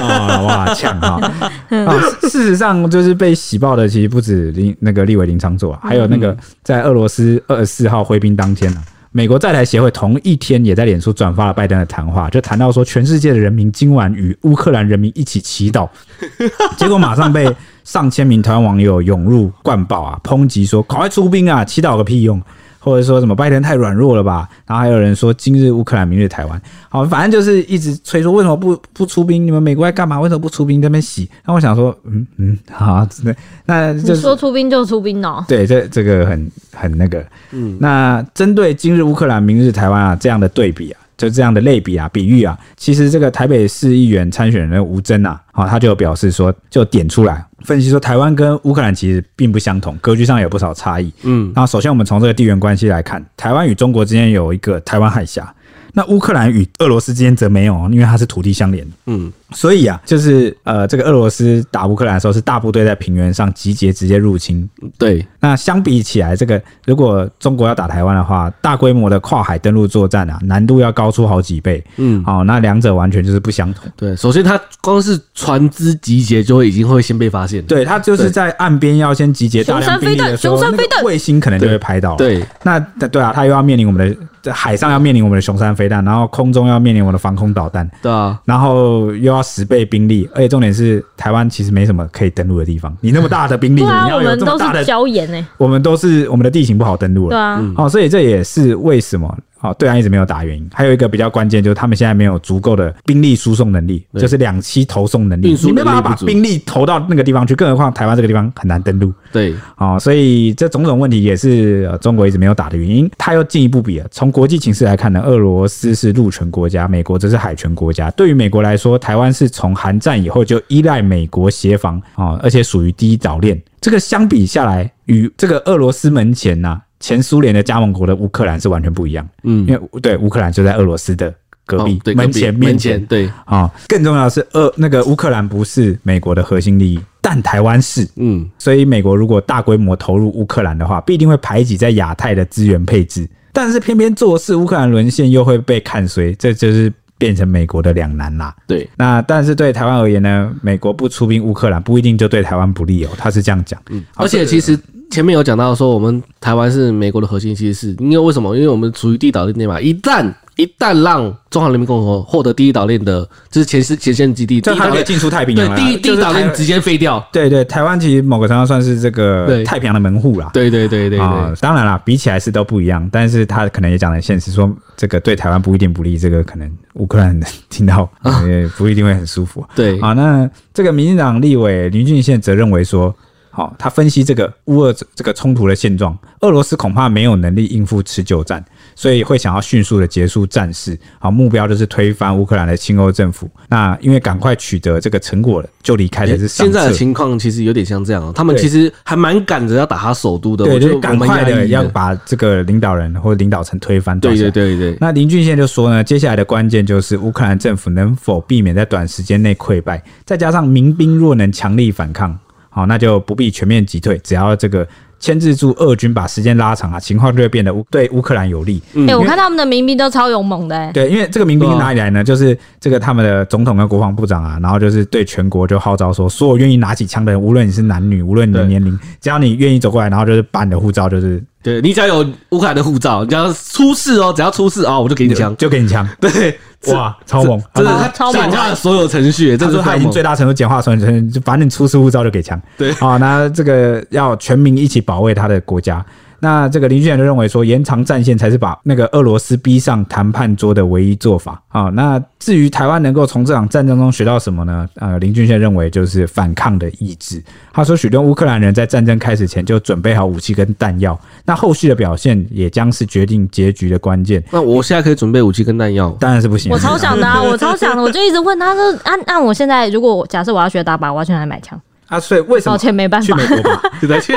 啊、哇，呛哈啊！事实上，就是被洗爆的其实不止林那个立委林长佐、啊，还有那个在俄罗斯二十四号挥兵当天啊。美国在台协会同一天也在脸书转发了拜登的谈话，就谈到说全世界的人民今晚与乌克兰人民一起祈祷，结果马上被上千名台湾网友涌入灌爆啊，抨击说赶快出兵啊，祈祷个屁用，或者说什么拜登太软弱了吧，然后还有人说今日乌克兰，明日台湾，好，反正就是一直吹说为什么不不出兵，你们美国在干嘛？为什么不出兵在那边洗？那我想说，嗯嗯，好，那那就
你
是
说出兵就出兵哦、
对，这这个很很那个。嗯，那针对今日乌克兰、明日台湾啊这样的对比啊，就这样的类比啊、比喻啊，其实这个台北市议员参选人吴征啊，好、他就有表示说，就点出来分析说，台湾跟乌克兰其实并不相同，格局上有不少差异。
嗯，
那首先我们从这个地缘关系来看，台湾与中国之间有一个台湾海峡，那乌克兰与俄罗斯之间则没有哦，因为它是土地相连的。
嗯，
所以啊，就是呃，这个俄罗斯打乌克兰的时候是大部队在平原上集结，直接入侵
对，
那相比起来，这个如果中国要打台湾的话，大规模的跨海登陆作战啊，难度要高出好几倍。
嗯，
好、那两者完全就是不相同。
对。首先，它光是船只集结就会已经会先被发现，
对，它就是在岸边要先集结大量兵力的时候，
雄山飞弹雄山飞弹
那个卫星可能就会拍到。，
对
那对啊，它又要面临我们的在海上要面临我们的雄山飞弹，然后空中要面临我们的防空导弹，
对啊，
然后又要十倍兵力，而且重点是台湾其实没什么可以登陆的地方。你那么大的兵力，
对
你
啊，我
要有
们
这么
都
大的
是，椒盐哎、
我们都是我们的地形不好登陆了
对。
嗯
啊，
哦，所以这也是为什么哦，对岸一直没有打原因。还有一个比较关键就是他们现在没有足够的兵力输送能力，
对
就是两栖投送能力，
运输
你没
能力
办法把
不足
兵力投到那个地方去，更何况台湾这个地方很难登陆
对，
哦，所以这种种问题也是、呃中国一直没有打的原因。他又进一步比了，从国际形势来看呢，俄罗斯是陆权国家，美国则是海权国家。对于美国来说，台湾是从韩战以后就依赖美国协防哦，而且属于第一岛链。这个相比下来，与这个俄罗斯门前呐、前苏联的加盟国的乌克兰是完全不一样，
嗯
因，为乌对乌克兰就在俄罗斯的隔壁、
哦对，
门
隔壁
前面
门
前
前，对，
啊、哦。更重要的是，俄那个乌克兰不是美国的核心利益，但台湾是。
嗯，
所以美国如果大规模投入乌克兰的话，必定会排挤在亚太的资源配置。但是偏偏做事乌克兰沦陷又会被看衰，这就是变成美国的两难啦。
对，
那但是对台湾而言呢，美国不出兵乌克兰不一定就对台湾不利哦，他是这样讲。
而且其实前面有讲到说，我们台湾是美国的核心，其实是因为为什么？因为我们处于第一岛链内嘛，一旦一旦让中华人民共和国获得第一岛链的，就是前是前线基地，第
这
一
他
岛
可以
链
进出太平洋啊
对
啦
第一第
就
一
是
岛
台
链直接废掉。
对对，台湾其实某个程度上算是这个
对
太平洋的门户啦。
对对对对
啊、
对，
当然啦，比起来是都不一样，但是他可能也讲得很现实，说这个对台湾不一定不利，这个可能乌克兰人听 到也不一定会很舒服。
对
好，那这个民进党立委林俊宪则认为说，好、他分析这个乌俄这个冲突的现状，俄罗斯恐怕没有能力应付持久战，所以会想要迅速的结束战事，好、目标就是推翻乌克兰的亲欧政府。那因为赶快取得这个成果了，就离开的是上
现在的
策
情况其实有点像这样哦，他们
对
其实还蛮赶着要打他首都的，
对，
我
就
觉得
是
我
赶
们
快的
压抑
要把这个领导人或领导层推翻。
对对对对，
那林俊宪就说呢，接下来的关键就是乌克兰政府能否避免在短时间内溃败，再加上民兵若能强力反抗，好，那就不必全面击退，只要这个牵制住俄军，把时间拉长啊，情况就会变得乌对乌克兰有利。
嗯
哎、我看他们的民兵都超勇猛的、欸，
对，因为这个民兵
啊
是哪里来呢？就是这个他们的总统跟国防部长啊，然后就是对全国就号召说，所有愿意拿起枪的人，无论你是男女，无论你的
对
年龄，只要你愿意走过来，然后就是把你的护照就是
对你只要有乌克兰的护照，你只要出事哦，只要出事哦，我就给你枪。
就给你枪。
对，
哇，超猛！
真的
哇
他
超猛
简化了所有程序，
他
这
说
是
他
太
已经
猛
最。大程度简化成，就反正你出示护照就给枪。
对
啊、那这个要全民一起保卫他的国家。那这个林俊彦就认为说，延长战线才是把那个俄罗斯逼上谈判桌的唯一做法啊、那至于台湾能够从这场战争中学到什么呢？呃，林俊宪认为就是反抗的意志。他说，许多乌克兰人在战争开始前就准备好武器跟弹药，那后续的表现也将是决定结局的关键。
那我现在可以准备武器跟弹 药，
当然是不行，
我超想的、啊，我超想的，我就一直问他说：“按按我现在，如果我假设我要学打靶，我要去哪里买枪
啊！所以为什么
抱歉没办法
去美国吧？
就在去。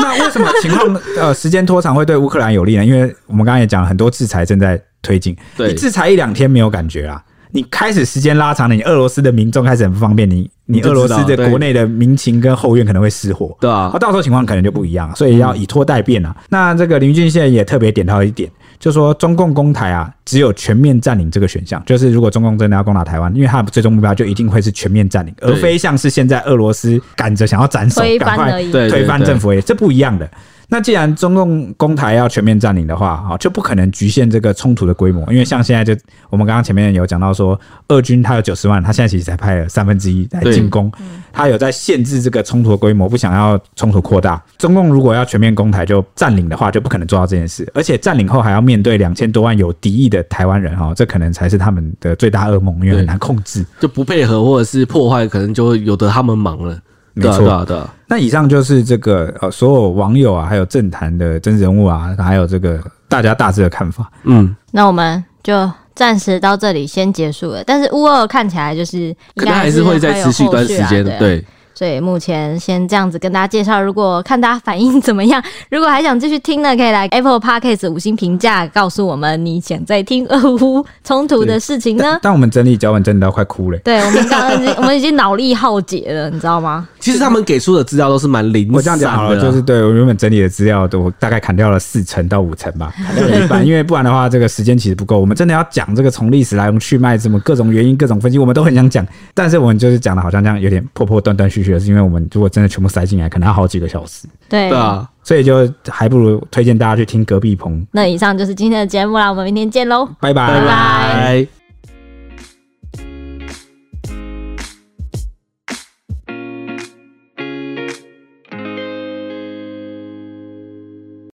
那为什么情 况呃时间拖长会对乌克兰有利呢？因为我们刚才也讲了，很多制裁正在推进，
对
你制裁一两天没有感觉啊。你开始时间拉长了，你俄罗斯的民众开始很不方便，你你
你就
俄罗斯
知
的
道对
国内的民情跟后院可能会失火，
对啊
那到时候情况可能就不一样，啊所以要以拖代变啊。那这个林俊宪也特别点到一点，就说中共攻台啊，只有全面占领这个选项，就是如果中共真的要攻打台湾，因为他的最终目标就一定会是全面占领，而
对
非像是现在俄罗斯赶着想要斩首，
推
赶
翻
快
而已。”
对
推翻政府也，这不一样的。那既然中共攻台要全面占领的话，啊，就不可能局限这个冲突的规模，因为像现在就我们刚刚前面有讲到说，俄军他有九十万，他现在其实才派了三分之一来进攻，他有在限制这个冲突的规模，不想要冲突扩大。中共如果要全面攻台就占领的话，就不可能做到这件事，而且占领后还要面对两千多万有敌意的台湾人，哈，这可能才是他们的最大噩梦，因为很难控制。
就不配合或者是破坏，可能就会有得他们忙了。对
没
啊，
错
对啊，对啊，
那以上就是这个呃，所有网友啊，还有政坛的真人物啊，还有这个大家大致的看法。
嗯，
那我们就暂时到这里先结束了。但是乌二看起来就是应
可
该
能还是会再持续一段时间
的、
的。。对，
啊所以目前先这样子跟大家介绍，如果看大家反应 怎么样，如果还想继续听呢，可以来 Apple Podcast 五星评价，告诉我们你想再听俄乌冲突的事情呢
但。但我们整理脚本整理到快哭了、
对，我们刚刚已经我们已经脑力耗竭了，你知道吗？
其实他们给出的资料都是蛮零散的啦。
我这样讲好了，就是对我原本整理的资料，我大概砍掉了四成到五成吧，砍掉了一半，因为不然的话，这个时间其实不够。我们真的要讲这个从历史来龙去脉，什么各种原因、各种分析，我们都很想讲，但是我们就是讲的好像这样有点破破断断续续的，是因为我们如果真的全部塞进来，可能要好几个小时，
对
对啊，
所以就还不如推荐大家去听隔壁棚。
那以上就是今天的节目啦，我们明天见喽。
拜拜
拜
拜。